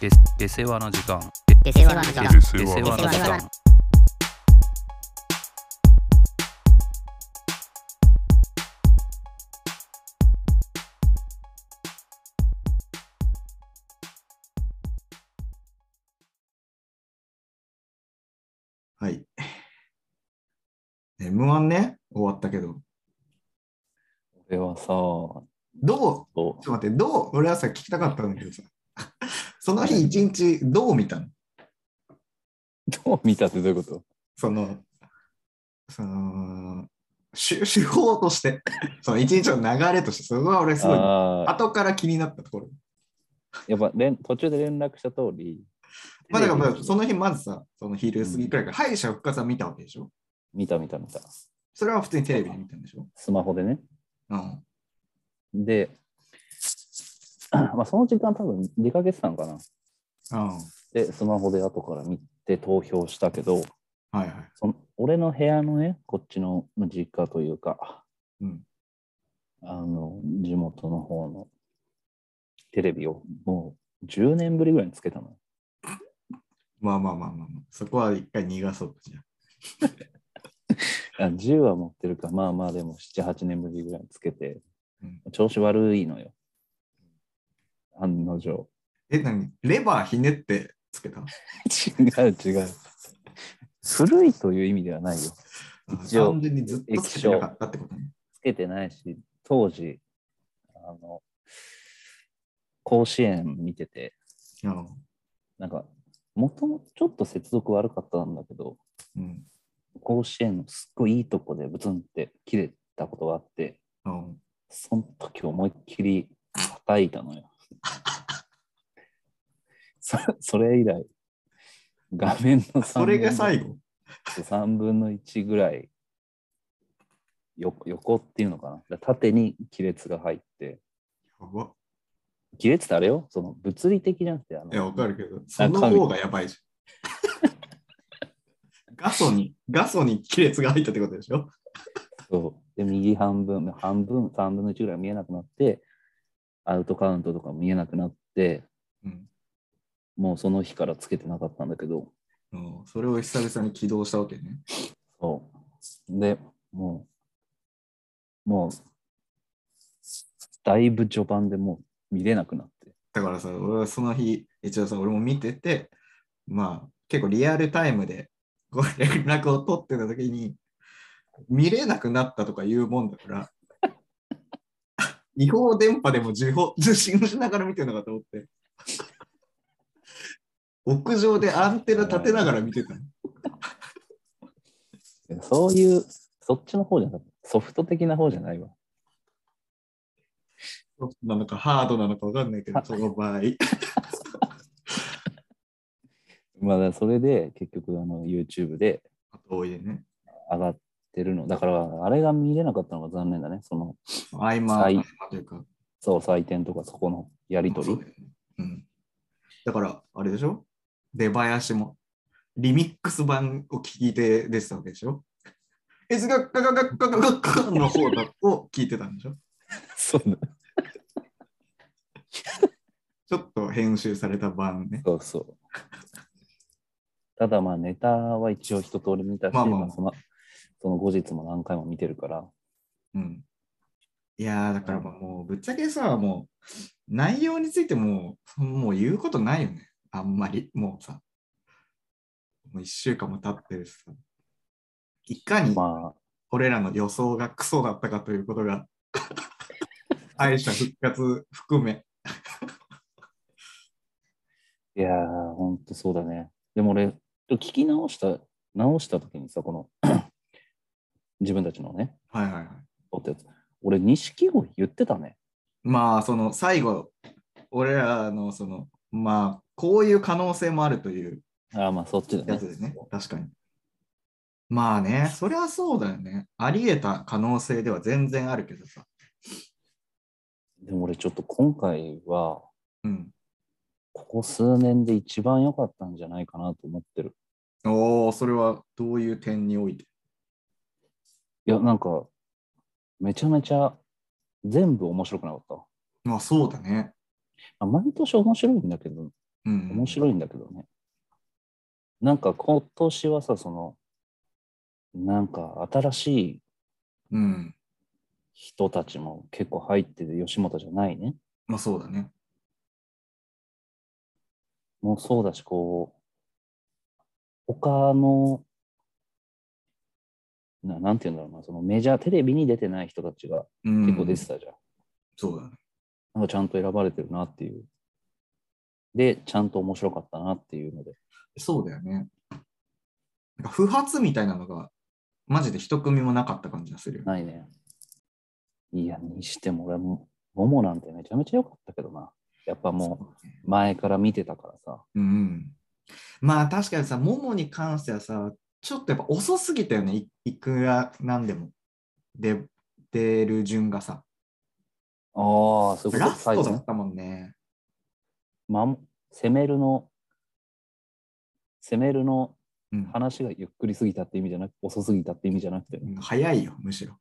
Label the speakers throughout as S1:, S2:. S1: で出世話の時間
S2: 出世話の時間
S3: で
S1: 出
S3: 世
S1: 世話の
S3: 話
S1: 時間
S4: はい。M1 ね、終わったけど、
S3: 俺はさ、そ
S4: どう、
S3: う
S4: ちょっと待って、どう、俺はさ、聞きたかったんだけどさ、 その日一日どう見たの
S3: どう見たってどういうこと
S4: その、その、手手法として、 その一日の流れとして、そこは俺すごい、
S3: ああ、
S4: 後から気になったところ。
S3: やっぱ連途中で連絡した通り。
S4: まあだからまあ、そ
S3: の
S4: の日まずさ、その昼過ぎくらいから、敗者復活は見たわけでしょ
S3: 見た見た見た。
S4: それは普通にテレビで見たんでしょ
S3: スマホでね。
S4: うん。
S3: で、まあその時間多分出かけてたのかな。
S4: うん。
S3: で、スマホで後から見て投票したけど、
S4: はいはい。
S3: その俺の部屋のね、こっちの実家というか、
S4: うん
S3: あの、地元の方のテレビをもう10年ぶりぐらいにつけたの。
S4: まあまあまあまあ、まあ、そこは一回逃がそうじゃん。
S3: あ10は持ってるか、まあまあでも7、8年ぶりぐらいにつけて
S4: うん、
S3: 調子悪いのよ。案の定。
S4: え、何レバーひねってつけたの
S3: 違う違う。古いという意味ではないよ。
S4: あ
S3: 一応
S4: 単純にずっとつけてなかったってことね。
S3: つけてないし、当時、あの、甲子園見てて、
S4: うん
S3: なんか、もともとちょっと接続悪かったんだけど、
S4: うん。
S3: 甲子園のすっごいいいとこでブツンって切れたことがあって、
S4: うん。
S3: その時思いっきり叩いたのよ。 そそれ以来、画面の3
S4: それが最後。
S3: 3分の1ぐらいよ横っていうのかな。だから縦に亀裂が入って、
S4: やば
S3: 亀裂ってあれよ、その物理的じゃなくて、あの
S4: いや、わかるけど、その方がやばいじ ゃん。ガソに、ガソに亀裂が入ったってことでしょ
S3: そうで右半分、半分、3分の1ぐらい見えなくなって、アウトカウントとかも見えなくなって、
S4: うん。
S3: もうその日からつけてなかったんだけど、
S4: うんそれを久々に起動したわけね。
S3: そう。で、もう、もう、だいぶ序盤でもう見れなくなって。
S4: だからさ、俺はその日、一応さ、俺も見てて、まあ、結構リアルタイムでご 連絡を取ってた時に、見れなくなったとか言うもんだから、 違法電波でも受報受信しながら見てるのかと思って。屋上でアンテナ立てながら見てたの。
S3: そういう、そっちの方じゃなくて、ソフト的な方じゃないわ。
S4: ソフトなのかハードなのか分かんないけど、その場合。
S3: まあ、だからそれで結局あの YouTube で
S4: 後追いでね。
S3: 上がってるの。だから、あれが見れなかったのが残念だね。その、
S4: 合間、合
S3: はい
S4: 間というか。
S3: そう、採点とかそこのやりと
S4: そう
S3: り
S4: だ。よねうん。だから、あれでしょ出囃子も。リミックス版を聞いて出てたわけでしょえずがかかかかかかの方だを聞いてたんでしょ
S3: そうだ
S4: ちょっと編集された版ね。
S3: そうそう。ただまあネタは一応一通り見たし、
S4: まあまあ
S3: まあそのその後日も何回も見てるから、
S4: うん。いやー、だからまあもう、ぶっちゃけさ、もう、内容についてもう、もう言うことないよね。あんまり、もうさ。もう1週間も経ってるしさ。いかに
S3: ま
S4: 俺らの予想がクソだったかということが、 敗者復活含め、
S3: あ、いやー、ほんとそうだね。でも俺、聞き直した、直した時にさ、この 自分たちのね、
S4: はいはいはい。
S3: 撮ったやつ、俺、錦鯉言ってたね。
S4: まあ、その最後、俺らのその、まあ、こういう可能性もあるという
S3: ああ、まあそっちだ
S4: や
S3: ね
S4: つ。ですね、確かに。まあね、そりゃそうだよね。あり得た可能性では全然あるけどさ。
S3: でも俺、ちょっと今回は、
S4: うん。
S3: ここ数年で一番良かったんじゃないかなと思ってる。
S4: おお、それはどういう点において。
S3: いや、なんか、めちゃめちゃ全部面白くなかった。
S4: まあそうだね。
S3: まあ、毎年面白いんだけど、
S4: うん。
S3: 面白いんだけどね。なんか今年はさ、その、なんか新しい
S4: うん。
S3: 人たちも結構入ってて、吉本じゃないね。
S4: まあそうだね。
S3: もうそうだし、こう、他の、ななんていうんだろうな、そのメジャー、テレビに出てない人たちが
S4: うん。
S3: 結構出てたじゃん。
S4: そうだね。
S3: なんかちゃんと選ばれてるなっていう。で、ちゃんと面白かったなっていうので。
S4: そうだよね。なんか不発みたいなのが、マジで一組もなかった感じがするよね。
S3: ないね。いや、にしても俺も、ももなんてめちゃめちゃ良かったけどな。やっぱも
S4: そうね
S3: う前から見てたからさ。
S4: うんうん。まあ確かにさ、ももに関してはさ、ちょっとやっぱ遅すぎたよね、いいくらなんでも。で、出る順がさ。
S3: ああ、そういうこと
S4: ラストだ
S3: 最後
S4: ったもんね。
S3: まも攻めるの、攻めるの
S4: うん
S3: 話がゆっくりすぎたって意味じゃなく、遅すぎたって意味じゃなくてね、
S4: うん早いよ、むしろ。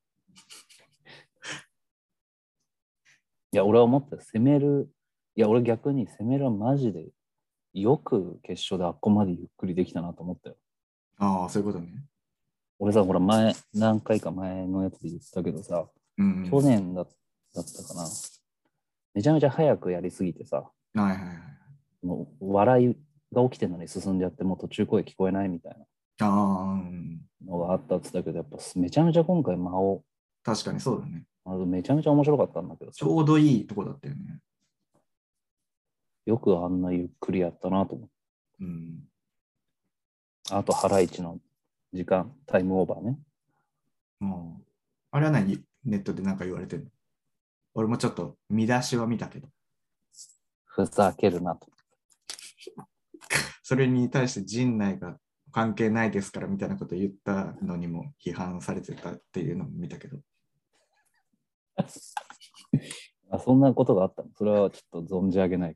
S3: いや、俺は思ったよ攻める、いや、俺逆に攻めるはマジで、よく決勝であっこまでゆっくりできたなと思ったよ。
S4: ああ、そういうことね。
S3: 俺さ、ほら前、何回か前のやつで言ってたけどさ、
S4: うん、うん。
S3: 去年だだったかな。めちゃめちゃ早くやりすぎてさ、
S4: はいはいはい。
S3: もう笑いが起きてるのに進んじゃって、もう途中声聞こえないみたい
S4: ああ、うん。
S3: なのがあったって言ってたけど、やっぱめちゃめちゃ今回間を、
S4: 確かにそうだね。
S3: あのめちゃめちゃ面白かったんだけど
S4: ち
S3: さ、
S4: ょうどいいとこだったよね。
S3: よくあんなゆっくりやったなと思って。
S4: うん。
S3: あと、ハライチの時間、タイムオーバーね。
S4: もうあれは何ネットで何か言われてるの俺もちょっと見出しは見たけど、
S3: ふざけるなと。
S4: それに対して陣内が関係ないですからみたいなこと言ったのにも批判されてたっていうのも見たけど、
S3: あそんなことがあったのそれはちょっと存じ上げない。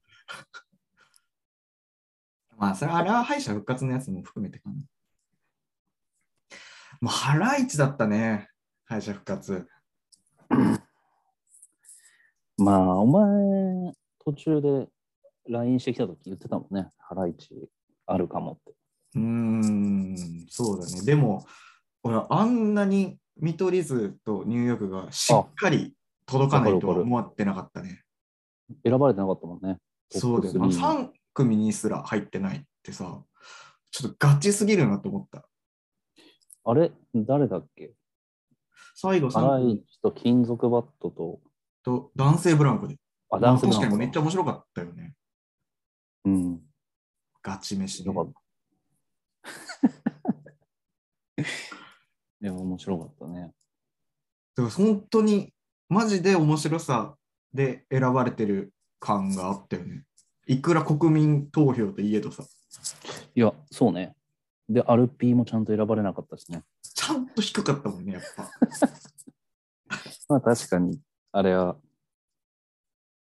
S4: まあそれあれは敗者復活のやつも含めてかな。もうハライチだったね、敗者復活。
S3: まあ、お前、途中で LINE してきたとき言ってたもんね。ハライチあるかもって。
S4: うーん、そうだね。でも、俺はあんなに見取り図とニューヨークがしっかり届かないとは思ってなかったね。
S3: 選ばれてなかったもんね。
S4: そうだよ、
S3: ト
S4: ね。
S3: ップ3
S4: 3組にすら入ってないってさ、ちょっとガチすぎるなと思った。
S3: あれ誰だっけ
S4: 最後
S3: ハ
S4: 3
S3: ラ
S4: 組
S3: イチと金属バットと、
S4: と男性ブランコで。
S3: あ、ダンス
S4: まあ確かにめっちゃ
S3: ゃ。
S4: 面白かったよね。
S3: うん。
S4: ガチ飯ね
S3: よかった。いや、面白かったね。
S4: だから本当にマジで面白さで選ばれてる感があったよね。いくら国民投票といえどさ、
S3: いや、そうね。で、アルピーもちゃんと選ばれなかったしね。
S4: ちゃんと低かったもんね、やっぱ。
S3: まあ確かに、あれは、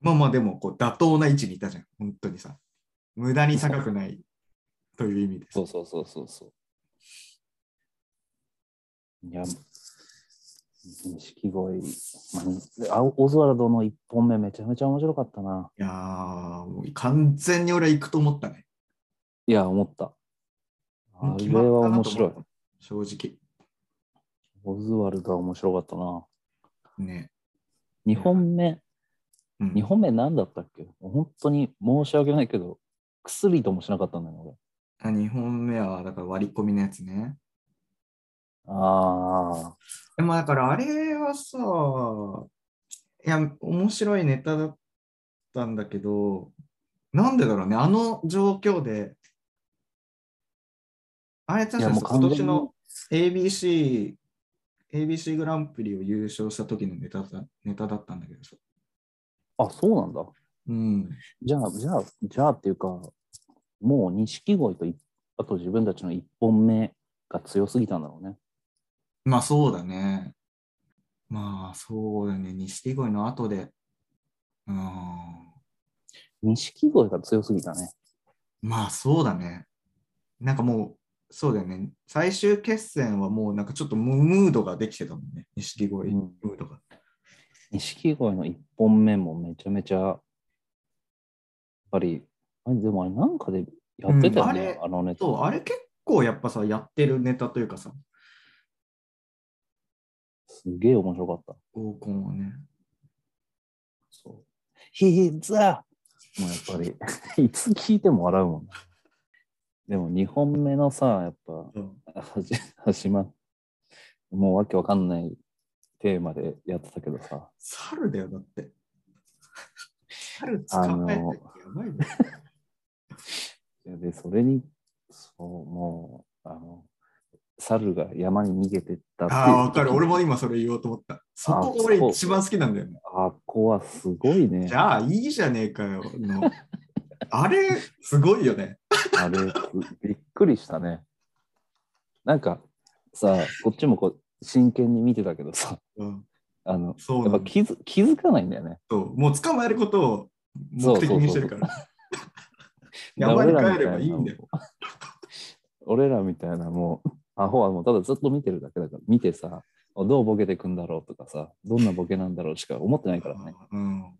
S4: まあまあでもこう妥当な位置にいたじゃん、本当にさ。無駄に高くないという意味で。
S3: そうそうそうそうそう。いや、錦鯉、まあ、あオズワルドの1本目めちゃめちゃ面白かったな。
S4: いやー、もう完全に俺は行くと思ったね。
S3: いや、思った。
S4: もう
S3: あ
S4: 決
S3: れ
S4: まったな
S3: は面
S4: と思った
S3: 白い。
S4: 正
S3: オ
S4: 直。
S3: ズワルドは面白かったな。
S4: ね。
S3: 2本目、
S4: うん
S3: 2本目何だったっけもう本当に申し訳ないけど、薬ともしなかったんだよね、俺。
S4: あ二本目は、だから割り込みのやつね。
S3: ああ、
S4: でもだからあれはさ、いや、面白いネタだったんだけど、なんでだろうね、あの状況で、あれ確かにさ今年の ABC、ABC グランプリを優勝した時のネタだネタだったんだけどさ。
S3: あ、そうなんだ。
S4: うん。
S3: じゃあ、じゃあ、じゃあっていうか、もう錦鯉とい、あと自分たちの1本目が強すぎたんだろうね。
S4: まあそうだね。まあそうだね。錦鯉の後で。うん。
S3: 錦鯉が強すぎたね。
S4: まあそうだね。なんかもう、そうだよね。最終決戦はもうなんかちょっとムムードができてたもんね。錦鯉
S3: うん
S4: ムードが。
S3: 錦鯉の1本目もめちゃめちゃ、やっぱりあれでもあれ、なんかでやってたよ
S4: うんあ
S3: ね
S4: れ、
S3: あのネタ。
S4: そう、あれ結構やっぱさ、やってるネタというかさ、
S3: すげえ面白かった。
S4: 合コンはね。そ
S3: ヒザもうやっぱり、い つ聞いても笑うもんな。でも2本目のさ、やっぱ、
S4: う。うん
S3: はじ 始まもうわけわかんないテーマでやってたけどさ、
S4: 猿だよ、だって。 猿捕まえたってやばいね。
S3: で、それに、そう、もう、あの、猿が山に逃げてったっていう
S4: ああ、わかる。俺も今それ言おうと思った。そこ俺
S3: そう
S4: 一番好きなんだよね。
S3: あっこはすごいね
S4: じ。ゃあ、いいじゃねえかよ。のあれ、すごいよね。
S3: あれ、びっくりしたね。なんか、さ、こっちもこう、真剣に見てたけどさ、
S4: うん、
S3: あの、
S4: そう
S3: やっ
S4: な
S3: ぱ
S4: んだ
S3: 気づ気づかないんだよね。
S4: そうもう捕まえることを目的にしてるから。山に帰ればいいんだよ。
S3: 俺らみたいなもう、アホはもうただずっと見てるだけだから、見てさ、どうボケてくんだろうとかさ、どんなボケなんだろうしか思ってないからね。
S4: うん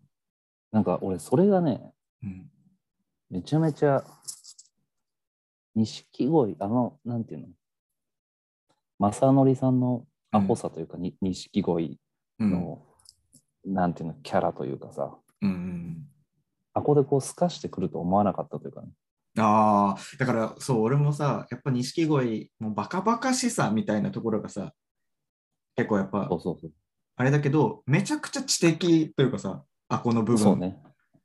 S3: なんか俺、それがね、
S4: うん
S3: めちゃめちゃ、錦鯉、あの、なんていうの、正則さんのアホさというか、に錦鯉
S4: うん
S3: の、なんていうの、キャラというかさ、
S4: うん
S3: あこでこう、すかしてくると思わなかったというかね。
S4: ああ、だからそう、俺もさ、やっぱ錦鯉、もうバカバカしさみたいなところがさ、結構やっぱ
S3: そうそうそう。
S4: あれだけど、めちゃくちゃ知的というかさ、あこの部
S3: そう
S4: 分、
S3: ね。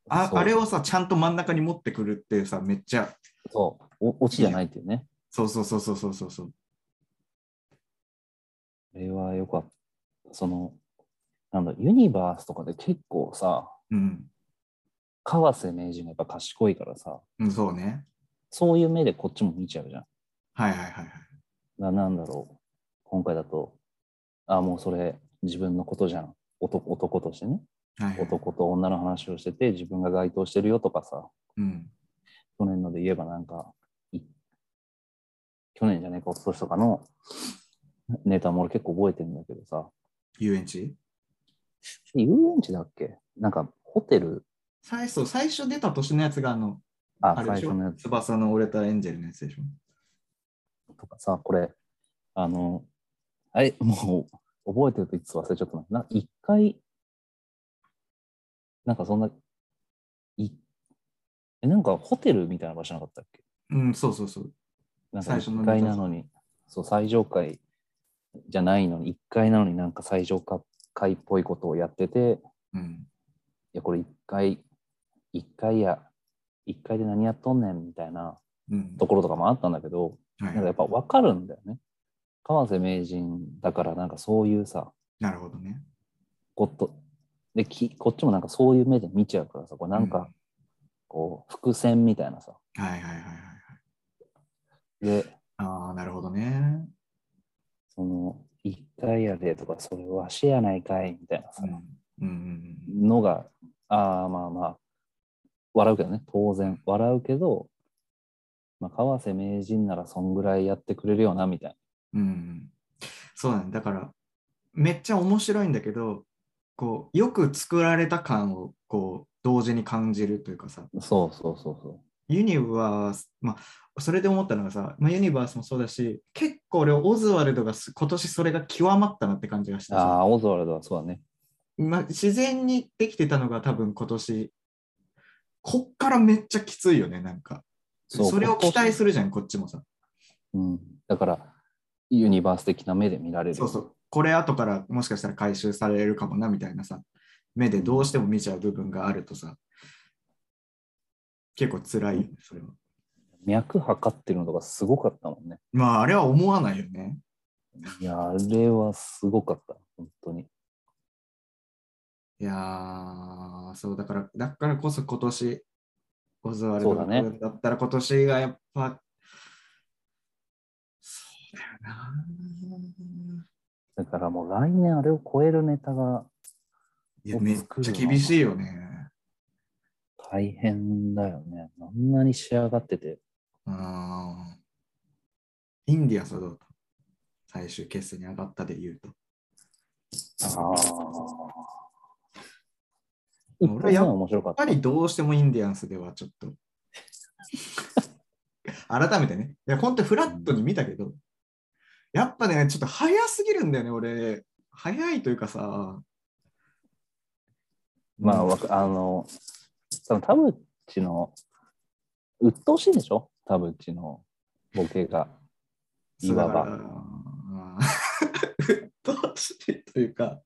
S4: あ
S3: そう
S4: あれをさ、ちゃんと真ん中に持ってくるっていうさ、めっちゃ、
S3: そう、お落ちじゃないっていうね。
S4: そうそうそうそうそうそうそう、
S3: あれはよかった。その、なんだ、ユニバースとかで結構さ、
S4: うん、
S3: 河瀬名人がやっぱ賢いからさ、
S4: うん、そうね。
S3: そういう目でこっちも見ちゃうじゃん。
S4: はいはいはいはい。
S3: ななんだろう。今回だと、あ、もうそれ自分のことじゃん。男男としてね。
S4: はいはい
S3: 男と女の話をしてて、自分が該当してるよとかさ、
S4: うん、
S3: 去年ので言えばなんか、い去年じゃねえか、おととしとかのネタも俺結構覚えてるんだけどさ、
S4: 遊園地
S3: 遊園地だっけなんかホテル、
S4: 最そう最初出た年のやつがあの、
S3: あ、
S4: あれで
S3: 最
S4: しょ
S3: 初のやつ
S4: 翼の折れたエンジェルのやつでしょ。
S3: とかさ、これ、あの、あれ、もう覚えてるといつ忘れちゃったな。な一回、なんかそんな、いえ、なんかホテルみたいな場所なかったっけ
S4: うん、そうそうそう。
S3: なんか
S4: 最初の
S3: 1階なのに、そう、最上階じゃないのに、1階なのになんか最上階っぽいことをやってて、い
S4: うん、
S3: や、これ1階、1階や、1階で何やっとんねんみたいな
S4: うん。
S3: ところとかもあったんだけど、
S4: は
S3: なん
S4: い
S3: かやっぱ分かるんだよね。川瀬名人だからなんかそういうさ、
S4: なるほどね。
S3: こと、できこっちもなんかそういう目で見ちゃうからさ、これなん
S4: う
S3: かこう、伏線みたいなさ。
S4: はいはいはいはいはい。
S3: で、
S4: ああ、なるほどね。
S3: その、一回やでとか、それわしやないかいみたいなさ
S4: う、ん。うんうん
S3: のが、ああ、まあまあ、笑うけどね、当然、笑うけど、まあ、川瀬名人ならそんぐらいやってくれるよな、みたいな。
S4: うん。うん。そうなんだ。だから、めっちゃ面白いんだけど、こう、よく作られた感を、こう、同時に感じるというかさ、
S3: そうそうそうそう。
S4: ユニバース、まあ、それで思ったのがさ、まあ、ユニバースもそうだし、結構俺、オズワルドがす今年それが極まったなって感じがして
S3: あ
S4: さ、
S3: あ、オズワルドはそうだね。
S4: まあ、自然にできてたのが多分今年、こっからめっちゃきついよね、なんか。
S3: そう
S4: それを期待するじゃん、こっちもさ。
S3: うん、だからユニバース的な目で見られる。
S4: そうそう。これ後からもしかしたら回収されるかもなみたいなさ、目でどうしても見ちゃう部分があるとさ、結構辛いよね、それは。
S3: 脈測ってるのとかすごかったもんね。
S4: まあ、あれは思わないよね。
S3: いや、あれはすごかった。本当に。
S4: いやー、そう、だから、だからこそ今年、オズワルドが
S3: そうだね
S4: 来るんだったら今年がやっぱ、そうだよな
S3: だからもう来年あれを超えるネタが
S4: いや、めっちゃ厳しいよね。
S3: 大変だよね。あんなに仕上がってて。
S4: うん。インディアンスはどうだった最終決戦に上がったで言うと。
S3: ああ。
S4: 俺は
S3: 一発目は面白かっ。
S4: やったぱりどうしてもインディアンスではちょっと 改めてね。いや、本当にフラットに見たけど、やっぱね、ちょっと早すぎるんだよね、俺。早いというかさ。
S3: まあ、わかあの、多分田淵の、鬱陶しいでしょ田淵のボケが。いわば
S4: そうだから。うっとうしいというか、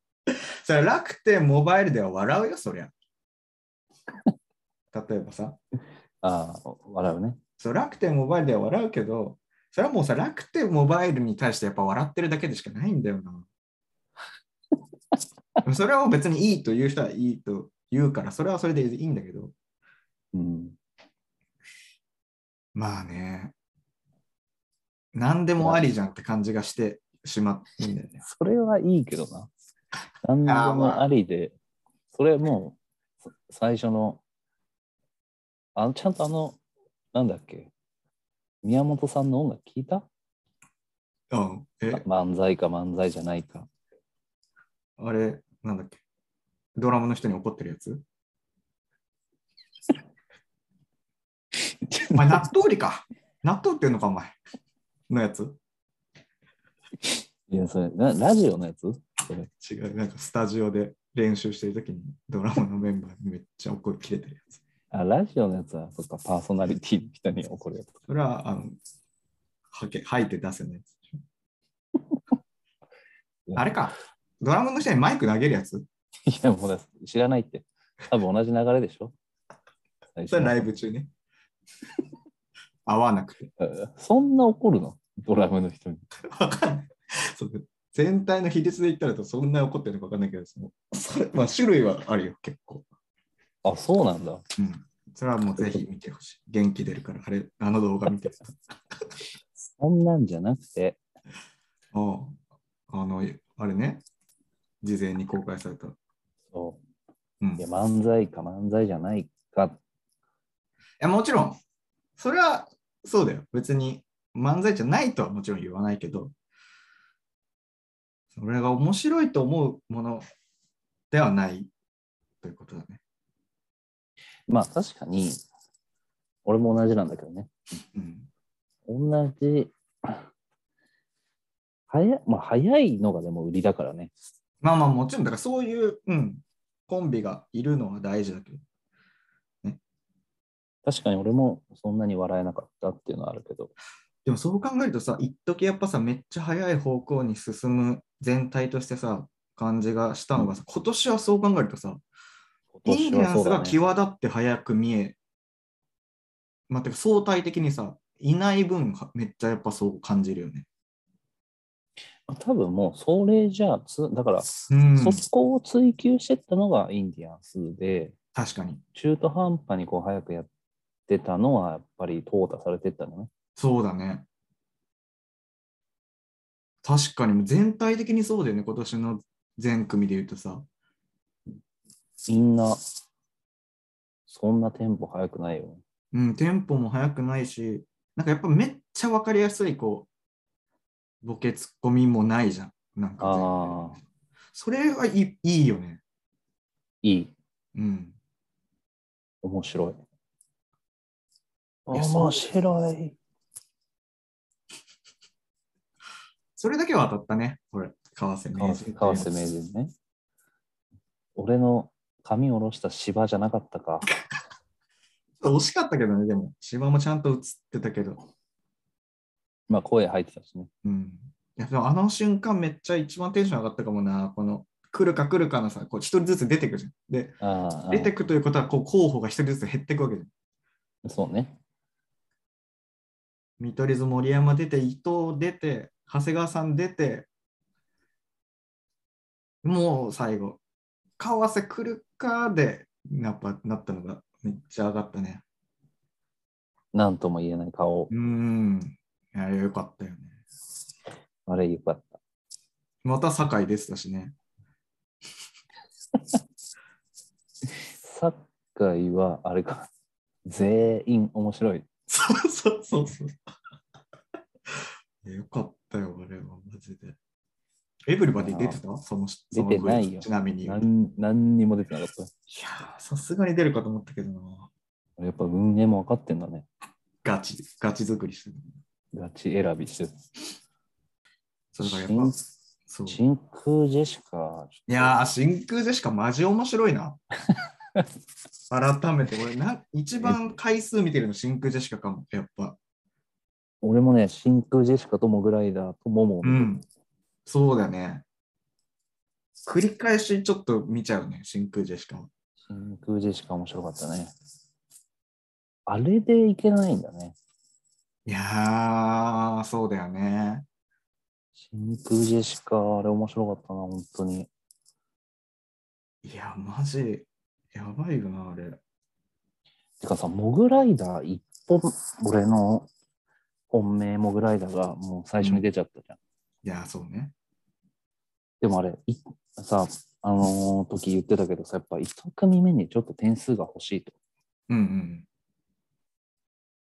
S4: それは楽天モバイルでは笑うよ、そりゃ。 例えばさ、
S3: ああ、笑うね。
S4: そう楽天モバイルでは笑うけど、それはもうさ、楽天モバイルに対してやっぱ笑ってるだけでしかないんだよな。それは別にいいという人はいいと言うから、それはそれでいいんだけど、
S3: うん。
S4: まあね、何でもありじゃんって感じがしてしまうんだよ ね。
S3: それはいいけどな。何で
S4: あーま
S3: も
S4: あ
S3: ありで、それもう、そ最初の、あの、ちゃんとあの、なんだっけ、宮本さんの音楽聞いた
S4: うん、え
S3: 漫才か漫才じゃないか。
S4: あれ、なんだっけドラムの人に怒ってるやつお前、納豆売りか納豆売ってんのか、お前。のやつ
S3: いや、それ、なラジオのやつ
S4: 違う、なんかスタジオで練習してるときにドラムのメンバーにめっちゃ怒り切れてるやつ。
S3: あ、ラジオのやつは、そっか、パーソナリティの人に怒るやつ。
S4: それは、あの、はけ吐いて出せないやつでしょ。あれか、ドラムの人にマイク投げるやつ
S3: いや、もうだ知らないって。多分同じ流れでしょ。最初
S4: それ
S3: の
S4: ライブ中ね。合わなくて。
S3: うんそんな怒るのドラムの人に。
S4: わかんない。そう全体の比率で言ったらとそんなに怒ってるのかわかんないけど、そのそれまあ、種類はあるよ、結構。
S3: あ、そうなんだ。
S4: うん。それはもうぜひ見てほしい。元気出るから、あれ、あの動画見て。
S3: そんなんじゃなくて、
S4: ああ、あの、あれね、事前に公開された。、
S3: そううんい
S4: い
S3: や漫才か漫才じゃないか。
S4: やもちろん、それはそうだよ。別に漫才じゃないとはもちろん言わないけど、それが面白いと思うものではないということだね。
S3: まあ確かに、俺も同じなんだけどね。
S4: うん。
S3: 同じ。早いまあ、早いのがでも売りだからね。
S4: まあまあもちろん、だからそういう、うん、コンビがいるのは大事だけど。
S3: 確かに俺もそんなに笑えなかったっていうのはあるけど。
S4: でもそう考えるとさ、一時やっぱさ、めっちゃ早い方向に進む全体としてさ、感じがしたのがさ、今年はそう考えるとさ、
S3: 今
S4: イン
S3: 年
S4: ディ
S3: は
S4: ア
S3: そ
S4: ン
S3: う
S4: ス
S3: だ
S4: が
S3: ね。
S4: 際立って早く見え、まあ、てか相対的にさ、いない分、はめっちゃやっぱそう感じるよね。
S3: 多分もうそれじゃあつ、だから、
S4: うん、
S3: そこを追求してったのがインディアンスで、
S4: 確かに。
S3: 中途半端にこう早くやってたのは、やっぱり淘汰されてったのね。
S4: そうだね。確かに、全体的にそうだよね、今年の全組で言うとさ。
S3: みんな、そんなテンポ早くないよね。
S4: うん、テンポも速くないし、なんかやっぱめっちゃ分かりやすい、こう、ボケツッコミもないじゃん。なんか全
S3: ああ
S4: 体、それはいいいいよね。
S3: いい、
S4: うん。
S3: 面白い。
S4: いやそう
S3: 面白い。
S4: それだけは当たったね、これ、川瀬名
S3: 川
S4: 人。
S3: 瀬川瀬名人ね。俺の髪を下ろした芝じゃなかったか。
S4: 惜しかったけどね、でも、芝もちゃんと映ってたけど。
S3: まあ声入ってたしね。
S4: うん。いやでもあの瞬間めっちゃ一番テンション上がったかもな、この、来るか来るかのさ、こう一人ずつ出てくるじゃん。で、
S3: ああ
S4: 出てくということは、こう、候補が一人ずつ減ってくわけじゃん。
S3: そうね。
S4: 見取り図森山出て、伊藤出て、長谷川さん出て、もう最後、川瀬来るかで、やっぱなったのがめっちゃ上がったね。
S3: なんとも言えない顔
S4: う。ーん。あれよかったよね。
S3: あれよかった。
S4: また酒井でしたしね。
S3: サッカーはあれか。全員面白い。
S4: そうそうそうそう。いやよかったよ、あれは、マジで。エブリバディ出てたその
S3: 出てないよ
S4: そのちなみに。いや
S3: なん何にも出てなかった。
S4: ーさすがに出るかと思ったけどな。
S3: やっぱ運営も分かってんだね。
S4: ガチ、ガチ作りする。
S3: ガチ選びしてる。
S4: そうだからや
S3: 真
S4: っぱ、そう。い
S3: 真空ジェシカ。
S4: やー、真空ジェシカマジ面白 いな。改めて、俺な、一番回数見てるの真空ジェシカかも、やっぱ。
S3: 俺もね、真空ジェシカとモグライダーとモモを
S4: う
S3: 見てる
S4: ん。そうだね。繰り返しちょっと見ちゃうね、真空ジェシカは。
S3: 真空ジェシカ面白かったね。あれでいけないんだね。
S4: いやー、そうだよね。
S3: 真空ジェシカ、あれ面白かったな、本当に。
S4: いや、マジ、やばいよな、あれ。
S3: てかさ、モグライダー一本、俺の本命モグライダーがもう最初に出ちゃったじゃん。
S4: いや、そうね。
S3: でもあれ、いさ、あの時言ってたけどさ、やっぱ一組目にちょっと点数が欲しいと。
S4: うんうん。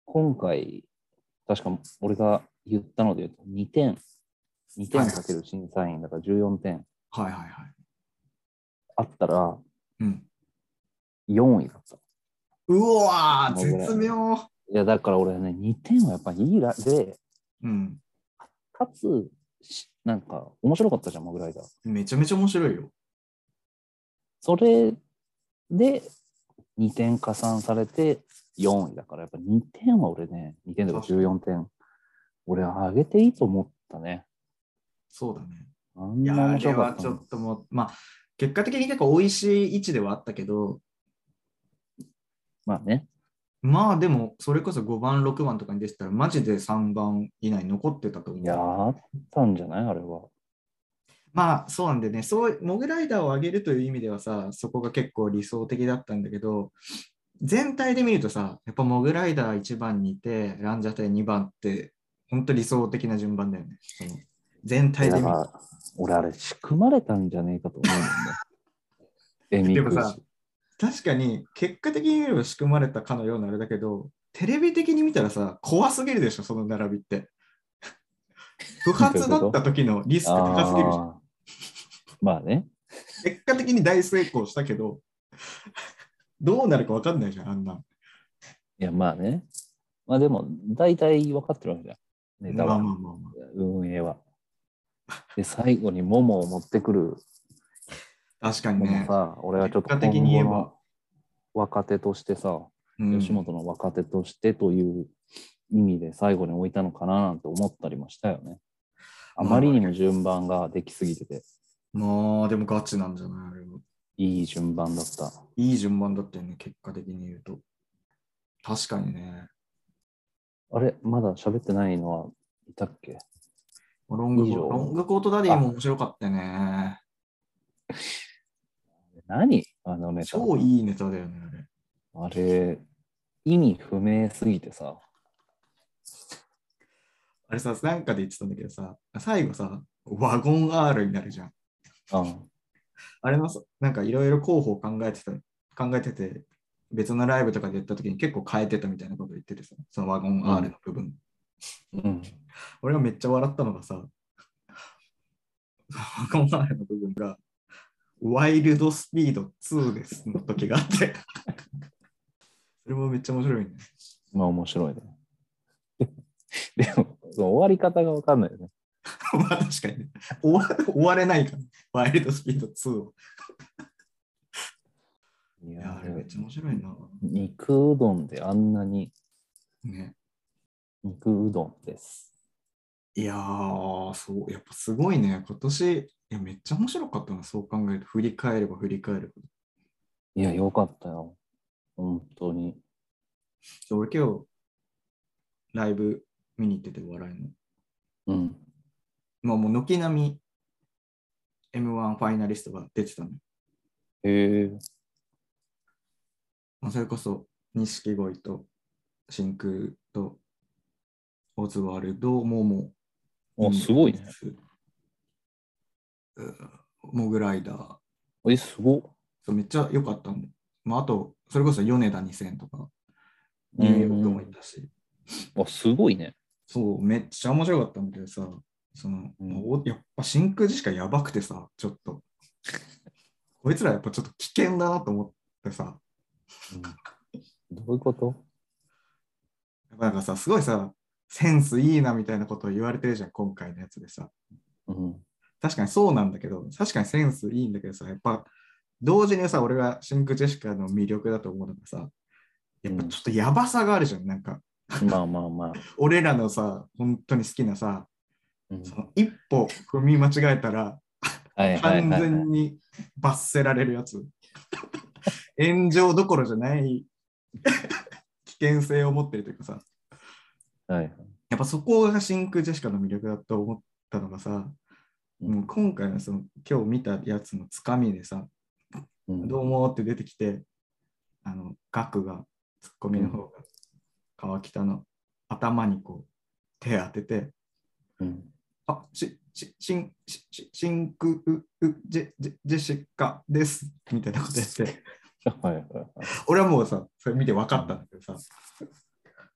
S3: 今回、確か俺が言ったので言うと2点、2点かける審査員だから14点
S4: はいはいはい。
S3: あったら
S4: うん。
S3: 4位だった。
S4: うわー、
S3: このぐらい
S4: 絶妙。
S3: いや、だから俺ね、2点はやっぱいいらで、
S4: うん。
S3: かつ、しなんか面白かったじゃん、モグライダー。
S4: めちゃめちゃ面白いよ。
S3: それで2点加算されて4位だから、やっぱ2点は俺ね、2点とか14点、俺上げていいと思ったね。
S4: そうだね。
S3: あん
S4: いや
S3: な
S4: ー、あ
S3: 面
S4: れ
S3: 白か
S4: は
S3: った
S4: ち
S3: の
S4: ょっともう、まあ、結果的に結構美味しい位置ではあったけど、
S3: まあね、
S4: まあでも、それこそ5番、6番とかに出てたら、マジで3番以内に残ってたと思う。
S3: いやーあったんじゃないあれは。
S4: まあそうなんでね、そう、モグライダーを上げるという意味ではさ、そこが結構理想的だったんだけど、全体で見るとさ、やっぱモグライダー1番にいて、ランジャタイ2番って、本当理想的な順番だよね。その全体で
S3: だ
S4: 見
S3: か
S4: ると。
S3: ら、俺あれ仕組まれたんじゃねえかと思うんだよね。え、み
S4: でも
S3: く
S4: さ
S3: じ。
S4: 確かに、結果的に見れば仕組まれたかのようなあれだけど、テレビ的に見たらさ、怖すぎるでしょ、その並びって。 不発だった時のリスク高すぎるじゃん。
S3: あーまあね。
S4: 結果的に大成功したけど、どうなるか分かんないじゃん、あんなん。
S3: いや、まあね。まあでも、大体分かってるわけじゃん。ネタ
S4: まあ
S3: は、
S4: まあまあま
S3: 運営は。で、最後にモモを持ってくる
S4: あ。確かに
S3: のも
S4: ね。
S3: さ、俺はちょっと
S4: 結果的に言えば
S3: 今後の若手としてさ、
S4: うん
S3: 吉本の若手としてという意味で最後に置いたのかななんて思ったりもしたよね。あまりにも順番ができすぎてて、
S4: まあ、でもガチなんじゃないあれも。
S3: いい順番だった。
S4: いい順番だったよね、結果的に言うと。確かにね。
S3: あれ、まだ喋ってないのはいたっけ
S4: ロング
S3: いい
S4: コ
S3: よ
S4: ロングコートダディも面白かったね。
S3: 何あのネタ。
S4: 超いいネタだよね、
S3: あ
S4: あれ。
S3: れ、意味不明すぎてさ。
S4: あれさ、なんかで言ってたんだけどさ、最後さ、ワゴン R になるじゃん。
S3: うん
S4: あれのさ、なんかいろいろ候補を考えてた、考えてて、別のライブとかでやった時に結構変えてたみたいなこと言っててさ、そのワゴン R の部分。
S3: うん。
S4: 俺がめっちゃ笑ったのがさ、ワゴン R の部分が、ワイルドスピード2ですの時があって、それもめっちゃ面白いね。
S3: まあ面白いね。 でも、その終わり方がわかんないよね。
S4: まあ確かにね終わ。終われないから、ワイルドスピード2を。
S3: い
S4: いや、あれめっちゃ面白いな。
S3: 肉うどんであんなに
S4: ね。
S3: 肉うどんです。
S4: いやー、そう、やっぱすごいね。今年、いや、めっちゃ面白かったな、そう考えると。振り返れば振り返るほど。
S3: いや、よかったよ。本当に。
S4: ちょ俺今日、ライブ見に行ってて、お笑いの。
S3: うん。
S4: まあもう軒並み M1 ファイナリストが出てたのよ。
S3: へえ。
S4: まあ、それこそ錦鯉と真空とオズワルド、モモ、
S3: あ、すごいね。
S4: うんモグライダー。
S3: え、すごっ。
S4: そうめっちゃ良かったの。まあ、あと、それこそ米田2000とか、
S3: うん
S4: ニューヨークもいたし、
S3: あ、すごいね。
S4: そう、めっちゃ面白かったんだけどさ、その、
S3: うん
S4: まあおやっぱ真空ジェシカやばくてさ、ちょっと、 こいつらやっぱちょっと危険だなと思ってさ、
S3: どういうこと
S4: やっぱなんかさ、すごいさ、センスいいなみたいなことを言われてるじゃん、今回のやつでさ。
S3: うん。
S4: 確かにそうなんだけど、確かにセンスいいんだけどさ、やっぱ同時にさ、俺がシンクジェシカの魅力だと思うのがさ、やっぱちょっとやばさがあるじゃん、なんか、
S3: まあまあまあ。
S4: 俺らのさ、本当に好きなさ、
S3: うん
S4: その一歩踏み間違えたら、
S3: はいはい
S4: 完
S3: はいはい
S4: 全に罰せられるやつ。 炎上どころじゃない危険性を持ってるというかさ、
S3: はいはい。
S4: やっぱそこが真空ジェシカの魅力だと思ったのがさ、
S3: うん
S4: もう今回のその今日見たやつのつかみでさ、
S3: うん
S4: どうもって出てきて、あの、ガクが、ツッコミの方が、川北の頭にこう、手当てて、
S3: うん
S4: あ、し、し、しん、し、し、しんくう、う、ジェ、ジェ、ジェシカです。みたいなことやって、
S3: はいはいは
S4: 俺はもうさ、それ見て分かったんだけどさ、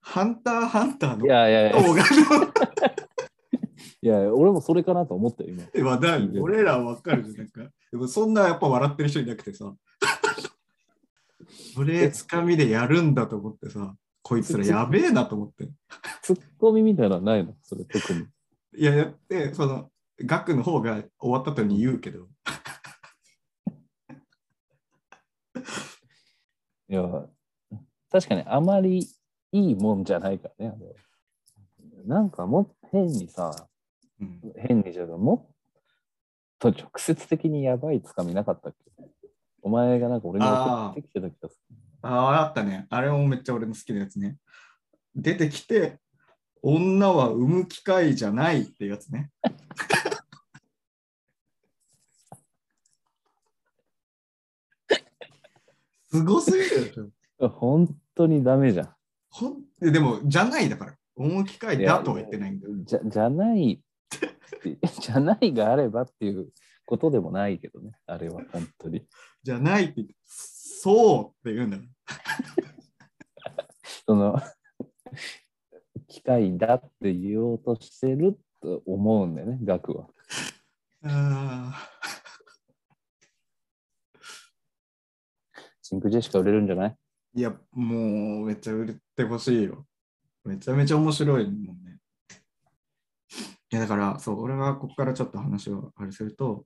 S4: ハンターハン
S3: い。
S4: ター
S3: い
S4: の
S3: やいやいや
S4: 動画の
S3: いや、俺もそれかなと思ったよ、今。
S4: 手はない
S3: うん
S4: 俺らは分かるじゃん。なんか、でもそんなやっぱ笑ってる人いなくてさ、それつかみでやるんだと思ってさ、こいつらやべえなと思って。
S3: ツッコミみたいなのないのそれ特に。
S4: いや、やって、その、ガクの方が終わった後に言うけど、
S3: いや、確かにあまりいいもんじゃないからね。あれなんかもっと変にさ、
S4: うん
S3: 変にじゃなくもっと直接的にやばいつかみなかったっけお前がなんか俺に送ってきてた気がする。
S4: ああ、あったね。あれもめっちゃ俺の好きなやつね。出てきて、女は産む機会じゃないっていうやつね。すごすぎるでしょ
S3: 本当にダメじゃん。
S4: ほんえでも、じゃないだから。産む機会だとは言ってないんだよ。
S3: じゃじゃない って、じゃないがあればっていうことでもないけどね、あれは本当に。
S4: じゃないって言って、そうって言うんだよ。
S3: その、機械だって言おうとしてると思うんだよね、額は。
S4: あ
S3: シンクジェシカ売れるんじゃない
S4: ーいや、もうめっちゃ売れてほしいよ。めちゃめちゃ面白いもんね。いやだから、そう、俺はここからちょっと話をあれすると、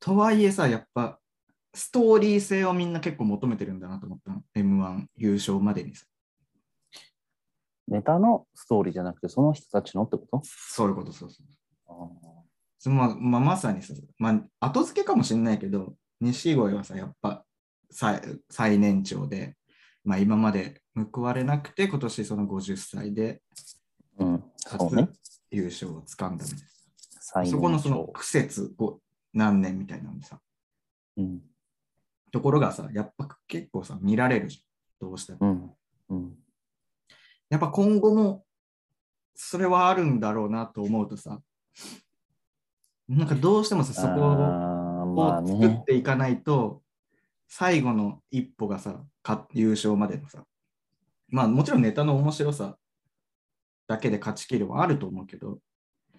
S4: とはいえさ、やっぱ、ストーリー性をみんな結構求めてるんだなと思ったの。M1 優勝までにさ。
S3: ネタのストーリーじゃなくて、その人たちのってこと
S4: そういうこと、そうそう。
S3: あ
S4: そままあ、まさにさ、まあ、後付けかもしれないけど、錦鯉はさ、やっぱ最最年長で、まあ、今まで報われなくて、今年その50歳で
S3: ーうん、そうね
S4: 初。優勝をつかんだみたい
S3: 最年
S4: な。そ
S3: 長
S4: このその苦節を何年みたいなのさ、
S3: うん、
S4: ところがさ、やっぱ結構さ、見られるじゃん。どうしても。
S3: うん、うん。
S4: やっぱ今後もそれはあるんだろうなと思うとさ、なんかどうしてもさ、そこを。
S3: あーまあ
S4: を作っ
S3: ね。
S4: ていかないと、最後の一歩がさか優勝までのさまあもちろんネタの面白さだけで勝ち切るはあると思うけど
S3: で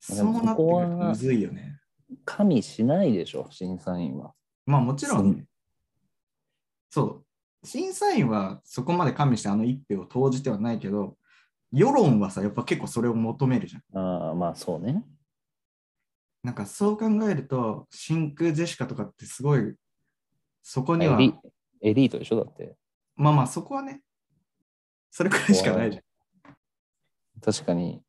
S4: そう
S3: も
S4: な
S3: そ
S4: ってく
S3: こは
S4: るとむずいよね
S3: 加味しないでしょ、審査員は。
S4: まあもちろんねそう審査員はそこまで加味してあの一票を投じてはないけど世論はさやっぱ結構それを求めるじゃん
S3: ああまあそうね。
S4: なんかそう考えると真空ジェシカとかってすごいそこに
S3: エ
S4: は
S3: リエリートでしょ、だって。
S4: まあまあそこはね、それくらいしかないじゃん。
S3: 確かに、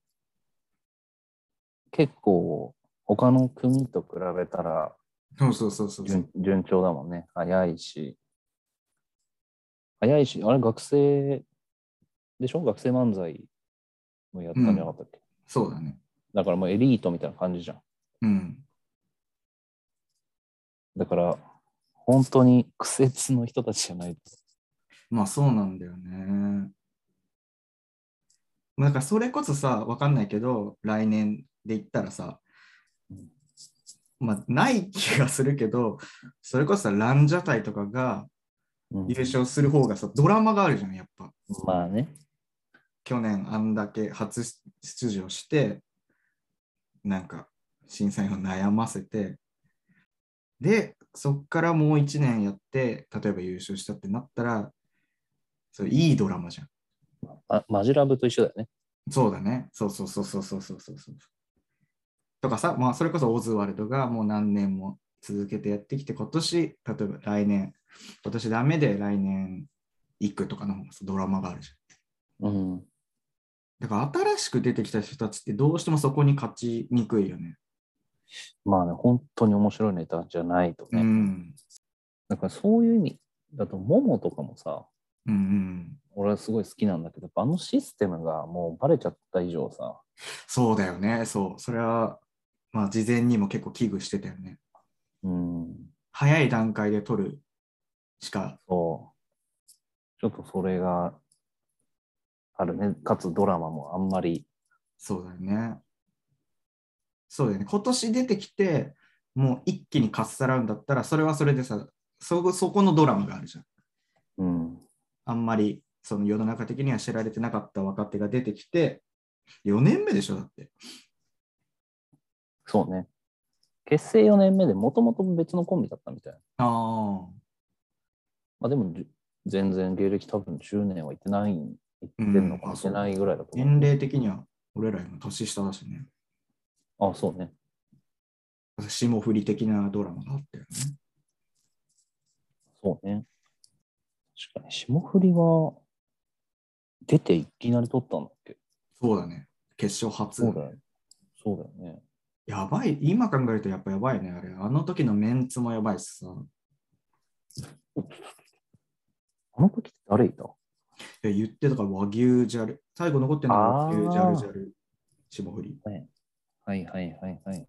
S3: 結構、他の組と比べたら
S4: そうそうそうそう
S3: 順順調だもんね。早いし。早いし、あれ、学生でしょ学生漫才もやったんじゃなかったっけ、
S4: そうだね。
S3: だからもうエリートみたいな感じじゃん。
S4: うん。
S3: だから、本当に苦節の人たちじゃないと。
S4: まあそうなんだよね。まあだからそれこそさ、わかんないけど、来年で言ったらさ
S3: うん、
S4: まあない気がするけど、それこそさ、ランジャタイとかが
S3: うん
S4: 優勝する方がさ、ドラマがあるじゃん、やっぱ。
S3: まあね。
S4: 去年あんだけ初出場してなんか審査員を悩ませてでそっからもう1年やって例えば優勝したってなったらそれいいドラマじゃん
S3: あマジラブと一緒だよね。
S4: そうだね。そうそうそうそうそうそうそうそう。とかさ、まあ、それこそオズワルドがもう何年も続けてやってきて、今年、例えば来年、今年ダメで来年行くとかの方がさドラマがあるじ
S3: うん。
S4: ゃん。だから新しく出てきた人たちってどうしてもそこに勝ちにくいよね。
S3: まあね、本当に面白いネタじゃないと
S4: う
S3: ね。
S4: ん。
S3: だからそういう意味だと、モモとかもさ、
S4: うんうん。
S3: 俺はすごい好きなんだけど、あのシステムがもうバレちゃった以上さ、
S4: そうだよね。そう。それは、まあ、事前にも結構危惧してたよね。
S3: うん、
S4: 早い段階で撮るしか、
S3: そう。ちょっとそれがあるね。かつドラマもあんまり、
S4: そうだよね。そうだよね。今年出てきて、もう一気にかっさらうんだったら、それはそれでさ、そこそこのドラマがあるじゃん。
S3: うん、
S4: あんまりその世の中的には知られてなかった若手が出てきて、4年目でしょ、だって。
S3: そうね。結成4年目でもともと別のコンビだったみたいな。
S4: ああ。
S3: まあでもじゅ、全然芸歴多分10年はいってない、いってんのかな
S4: うんあ
S3: いっ
S4: そ
S3: て
S4: う
S3: ないぐらいだと思う。
S4: 年齢的には、俺らよりも年下だしね。
S3: あ、そうね。
S4: 霜降り的なドラマがあったよね。
S3: そうね。確かに、霜降りは、出ていきなり取ったんだっけ
S4: そうだね。決勝初。
S3: そうだよね。そうだよね。
S4: やばい。今考えるとやっぱやばいね、あれ。あの時のメンツもやばいしさ。
S3: あの時って誰いた
S4: いや言ってたから和牛じゃる。最後残ってるのが和牛じゃ
S3: あ
S4: る
S3: ー
S4: じゃる。霜降り。
S3: はいはいはいはい。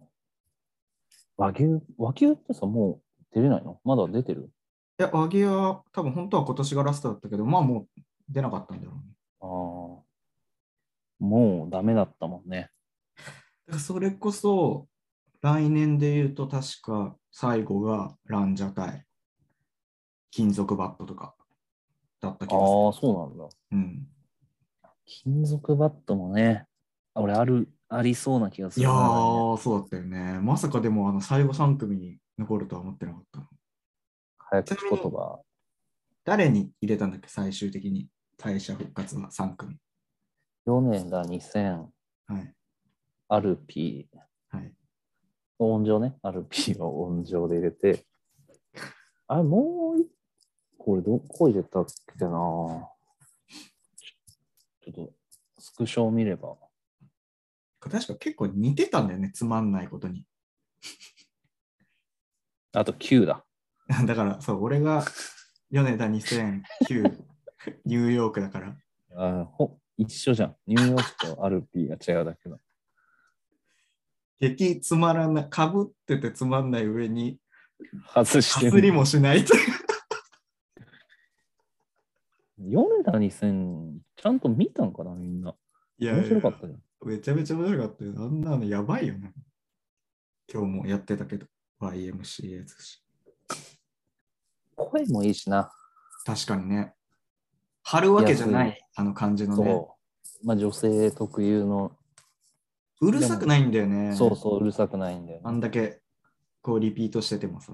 S3: 和牛、和牛ってさ、もう出れないのまだ出てる
S4: いや、和牛は多分本当は今年がラストだったけど、まあもう出なかったんだろうね。
S3: ああ。もうダメだったもんね。
S4: だからそれこそ、来年で言うと確か最後がランジャタイ、金属バットとかだった気
S3: ああ
S4: がする。、
S3: そうなんだ。
S4: うん、
S3: 金属バットもね、あ俺ある、ありそうな気がす
S4: い
S3: る
S4: や
S3: な。
S4: ー、そうだったよね。まさかでもあの最後3組に残るとは思ってなかったの。
S3: 早口言葉。
S4: 誰に入れたんだっけ、最終的に。敗者復活は3組。
S3: 米田2000、
S4: はい。
S3: アルピー、
S4: はい、
S3: 音情ね、アルピーを音情で入れて、あれ、もう一これどこ入れたっけなちょっと、スクショを見れば。
S4: 確か結構似てたんだよね、つまんないことに。
S3: あと9だ。
S4: だから、そう、俺が米田2009、ニューヨークだから。
S3: あほ一緒じゃん。ニューヨークとアルピーが違うだけど。
S4: 激つまらない、かぶっててつまんない上に、
S3: 外し
S4: か
S3: て
S4: すり
S3: る。
S4: もしな いという。
S3: 米田2000、ちゃんと見たんかな、みんな。
S4: いやい
S3: 面
S4: や
S3: 白かったじゃん。
S4: めちゃめちゃ面白かったよ。あんなのやばいよね。今日もやってたけど、YMCA 寿司。
S3: 声もいいしな。
S4: 確かにね。貼るわけじゃないい、あの感じのね。
S3: そう。まあ、女性特有の、
S4: うるさくないんだよね。
S3: そうそう、うるさくないんだよ
S4: あ
S3: ね。
S4: んだけ、こう、リピートしててもさ。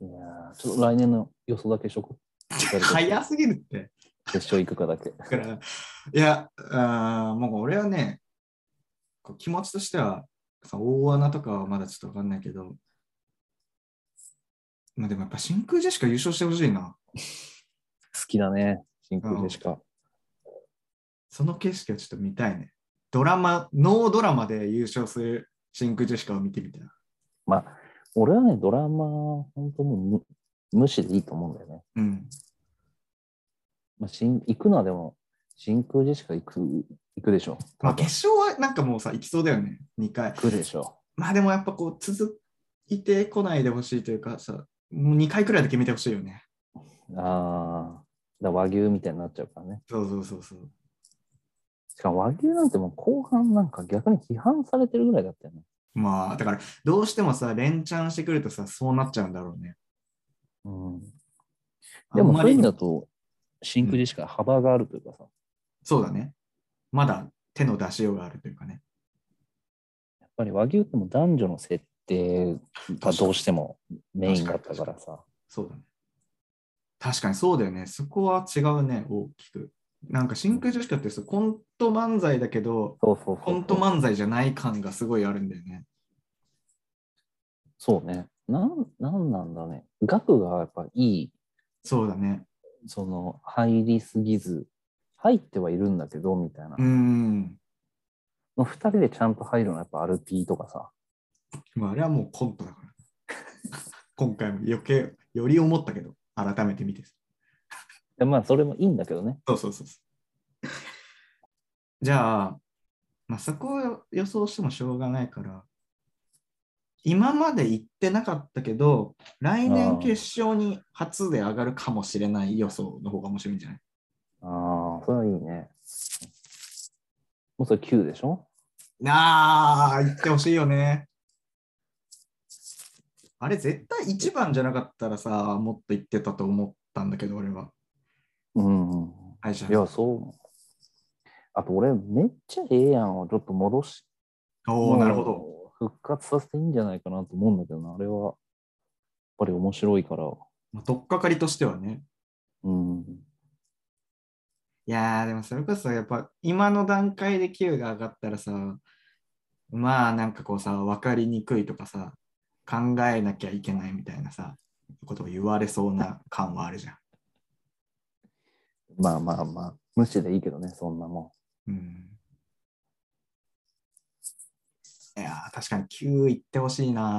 S3: いやーちょっと来年の予想だけしとこう。
S4: 早すぎるって。
S3: 決勝行くかだけ。
S4: だから、いや、あーもう俺はね、こう気持ちとしては、さ大穴とかはまだちょっとわかんないけど、まあでもやっぱ真空ジェシカ優勝してほしいな。
S3: 好きだね、真空ジェシカ。
S4: その景色をちょっと見たいね。ドラマ、ノードラマで優勝する真空ジェシカを見てみたい。
S3: まあ、俺はね、ドラマ、本当もう無無視でいいと思うんだよね。
S4: うん。
S3: まあ、しん行くのはでも、真空ジェシカ行く行くでしょ。
S4: まあ決勝はなんかもうさ、行きそうだよね。2回。
S3: 行くでしょ。
S4: まあでもやっぱこう、続いてこないでほしいというかさ、もう2回くらいで決めてほしいよね。
S3: ああ、だから和牛みたいになっちゃうからね。
S4: そうそうそうそう。
S3: しかも和牛なんてもう後半なんか逆に批判されてるぐらいだったよね。
S4: まあ、だから、どうしてもさ、連チャンしてくるとさ、そうなっちゃうんだろうね。
S3: うん、
S4: あん
S3: でも
S4: ま
S3: そういう意
S4: り
S3: 味だと、真空ジェシカは幅があるというかさ、
S4: そうだね。まだ手の出しようがあるというかね。
S3: やっぱり和牛ってもう男女の設定がどうしてもメインだったからさ、
S4: そうだね。確かにそうだよね。そこは違うね、大きく。なんか真空ジェシカってさコント漫才だけど、
S3: そうそうそうそう
S4: コント漫才じゃない感がすごいあるんだよね。
S3: そうね。なん、なんなんだね。額がやっぱいい、
S4: そうだね。
S3: その、入りすぎず、入ってはいるんだけど、みたいな
S4: うー。ん。
S3: の二人でちゃんと入るのはやっぱアルピーとかさ。
S4: まあ、あれはもうコントだから。 今回も余計、より思ったけど、改めて見て。
S3: でまあ、それもいいんだけどね。
S4: そうそうそうそう。じゃあ、まあ、そこを予想してもしょうがないから、今まで行ってなかったけど、来年決勝に初で上がるかもしれない予想の方が面白いんじゃない
S3: ああ、それはいいね。もうそれ9でしょ
S4: なあ、行ってほしいよね。あれ、絶対1番じゃなかったらさ、もっと行ってたと思ったんだけど、俺は。
S3: うんうん。
S4: 敗者
S3: いや、そう。あと俺、めっちゃええやんをちょっと戻し、
S4: おお、なるほど。
S3: ど。復活させていいんじゃないかなと思うんだけどな。あれは、やっぱり面白いから。
S4: まあ、とっかかりとしてはね。
S3: うん。
S4: いやー、でもそれこそ、やっぱ今の段階で Q が上がったらさ、まあなんかこうさ、分かりにくいとかさ、考えなきゃいけないみたいなさ、ことを言われそうな感はあるじゃん。
S3: まあまあまあ、無視でいいけどね、そんなも。
S4: うん。いやー、確かに Q 行ってほしいなん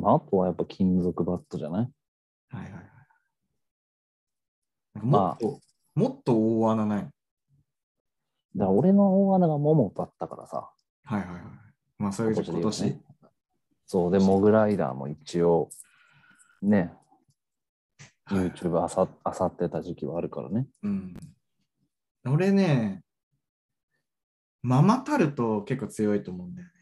S3: まあ、あとはやっぱ金属バットじゃない
S4: はいはいはい。なんかもっと、もっと大穴ないの。
S3: だから俺の大穴が桃だったからさ。
S4: はいはいはい。まあそれじゃ今年。
S3: 今年そう、で、モグライダーも一応、ね、
S4: はい
S3: YouTube あさあさってた時期はあるからね。
S4: うん。俺ね、ママタルト結構強いと思うんだよね。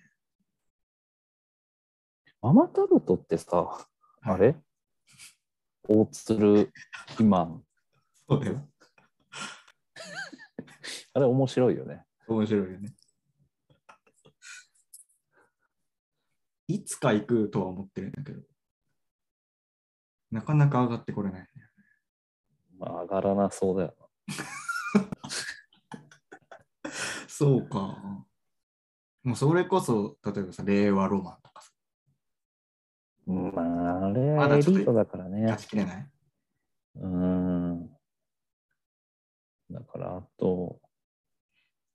S3: ママタルトってさ、あれ大鶴肥満。
S4: そうだよ。
S3: あれ面白いよね。
S4: 面白いよね。いつか行くとは思ってるんだけど、なかなか上がってこれないね。
S3: まあ、上がらなそうだよ
S4: そうか。もうそれこそ、例えばさ、令和ロマンとかさ、
S3: な。まあ、あれは
S4: ま
S3: エ
S4: だ
S3: リ
S4: ちょっと
S3: ートだからね
S4: 勝。ちきれない。
S3: うん。だから、あと、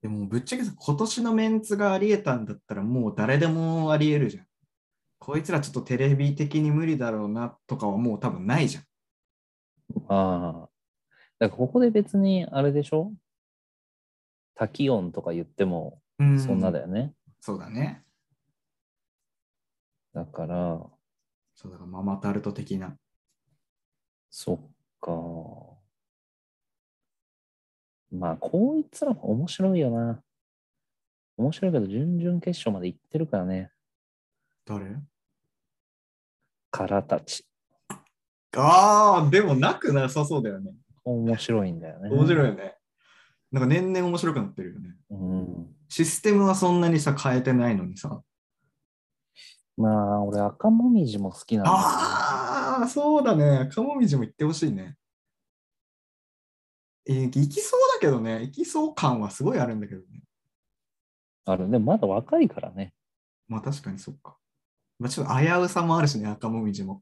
S4: でも、ぶっちゃけさ、今年のメンツがありえたんだったら、もう誰でもありえるじゃん。こいつらちょっとテレビ的に無理だろうなとかはもう多分ないじゃん。
S3: まあ、だからここで別にあれでしょ多気温とか言っても
S4: うん
S3: そんなだよね。
S4: そうだね。
S3: だから、
S4: そうだからママタルト的な。
S3: そっか。まあ、こういつらも面白いよな。面白いけど、準々決勝まで行ってるからね。
S4: 誰
S3: からたち。
S4: ああ、でもなくなさそうだよね。
S3: 面白いんだよね。
S4: 面
S3: い。
S4: 白いよね。なんか年々面白くなってるよね。
S3: うん。
S4: システムはそんなにさ変えてないのにさ。
S3: まあ、俺、赤もみじも好きなんだよね、
S4: ああ、そうだね。赤もみじも行ってほしいね。えー、行きそうだけどね。行きそう感はすごいあるんだけどね。
S3: あるね。まだ若いからね。
S4: まあ確かにそっか。まあちょっと危うさもあるしね、赤もみじも。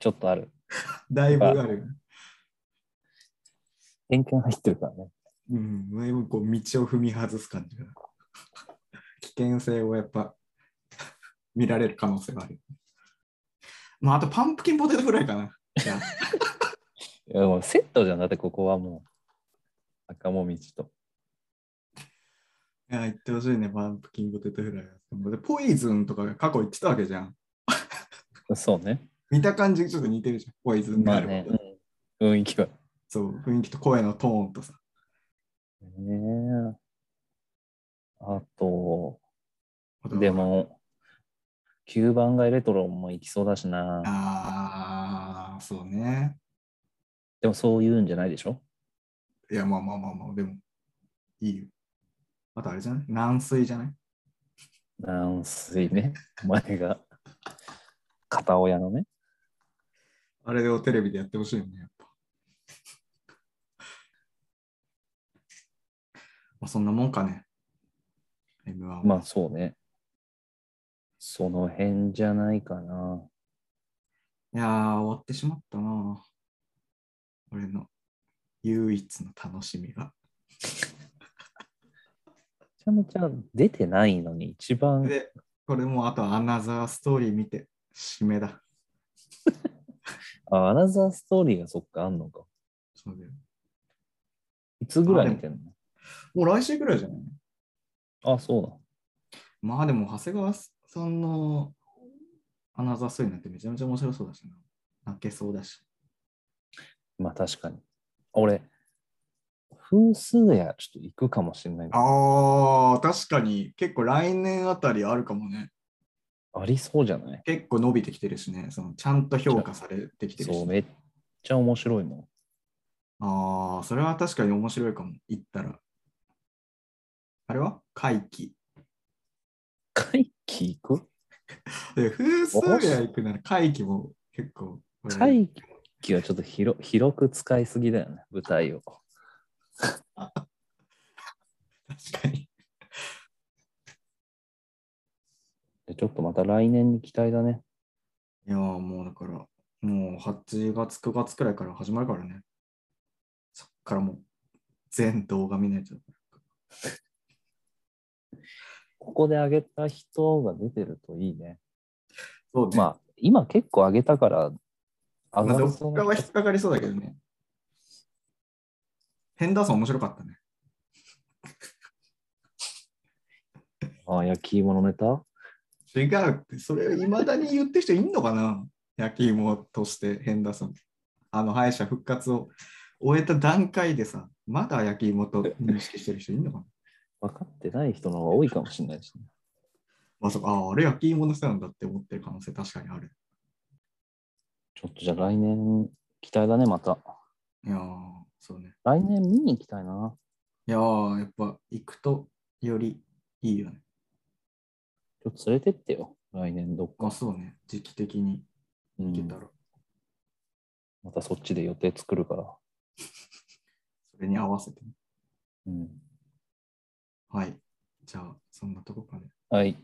S3: ちょっとある。
S4: だいぶある。
S3: 偏見入ってるからね。
S4: うん、だいぶこう道を踏み外す感じが。危険性をやっぱ見られる可能性がある。まああとパンプキンポテトフライかな。じゃあ
S3: いやもうセットじゃん。だって、ここはもう、赤もみじと。
S4: いや、言ってほしいね、パンプキンポテトフライは。でポイズンとかが過去言ってたわけじゃん。
S3: そうね。
S4: 見た感じちょっと似てるじゃん。ポイズン
S3: ま
S4: があ
S3: あ
S4: る、
S3: ね。うん雰囲気は。
S4: そう、雰囲気と声のトーンとさ。
S3: ねえ。あと、で。も、9番街レトロも行きそうだしな。
S4: ああ、そうね。
S3: でもそういうんじゃないでしょ
S4: いや、まあまあまあまあ、でも、いいよ。あとあれじゃない軟水じゃない
S3: 軟水ね。お前が。片親のね。
S4: あれをテレビでやってほしいよね、やっぱ。 まあ、そんなもんかね。M1 は。
S3: まあそうね。その辺じゃないかな。
S4: いやー、終わってしまったな。俺の唯一の楽しみ
S3: め
S4: が。
S3: ちゃめちゃ出てないのに一番
S4: で、これもうあとはアナザーストーリー見て、締めだ。
S3: あ、アナザーストーリーがそっかあんのか。
S4: そうだよ
S3: いつぐらい見てんの
S4: もう来週ぐらいじゃない
S3: あそうなの。
S4: まあでも、長谷川さんのアナザーストーリーなんてめちゃめちゃ面白そうだしな。泣けそうだし。
S3: まあ確かに。俺、分数やちょっと行くかもしれないけど
S4: ああ、確かに結構来年あたりあるかもね。
S3: ありそうじゃない
S4: 結構伸びてきてるしね。そのちゃんと評価されてきてる
S3: そう、
S4: し。
S3: めっちゃ面白いもん。
S4: ああ、それは確かに面白いかも。言ったら。あれは回帰。
S3: 会期行く
S4: で、風数や行くなら回帰も結構。
S3: 会期はちょっと広広く使いすぎだよね、舞台を。
S4: 確かに。
S3: でちょっとまた来年に期待だね。
S4: いやーもうだから、もう8月、9月くらいから始まるからね。そっからもう全動画見ないと。
S3: ここで上げた人が出てるといいね。
S4: そう
S3: ま
S4: あ、
S3: あ、今結構上げたから、上
S4: まあ、
S3: が
S4: ど
S3: りそう
S4: っ
S3: な
S4: かは引っかかりそうだけどね。ヘンダーソン面白かったね。
S3: ああ、焼き芋のネタ
S4: 違うって、それいまだに言ってる人いんのかな焼き芋としてヘンダーソン。あの敗者復活を終えた段階でさ、まだ焼き芋と認識してる人いんのかな
S3: 分かってない人の方が多いかもしれないし、ね、
S4: まさか、ああ、あれ焼き芋の人なんだって思ってる可能性確かにある。
S3: ちょっとじゃあ来年期待だね、また。
S4: いやー、そうね。
S3: 来年見に行きたいな。
S4: いやー、やっぱ行くとよりいいよね。
S3: ちょっと連れてってよ、来年どっ
S4: まあ
S3: か。
S4: そうね、時期的に
S3: う
S4: 行けた
S3: ん
S4: ら、、
S3: またそっちで予定作るから。
S4: それに合わせてね。
S3: うん、
S4: はい。じゃあ、そんなとこかね。
S3: はい。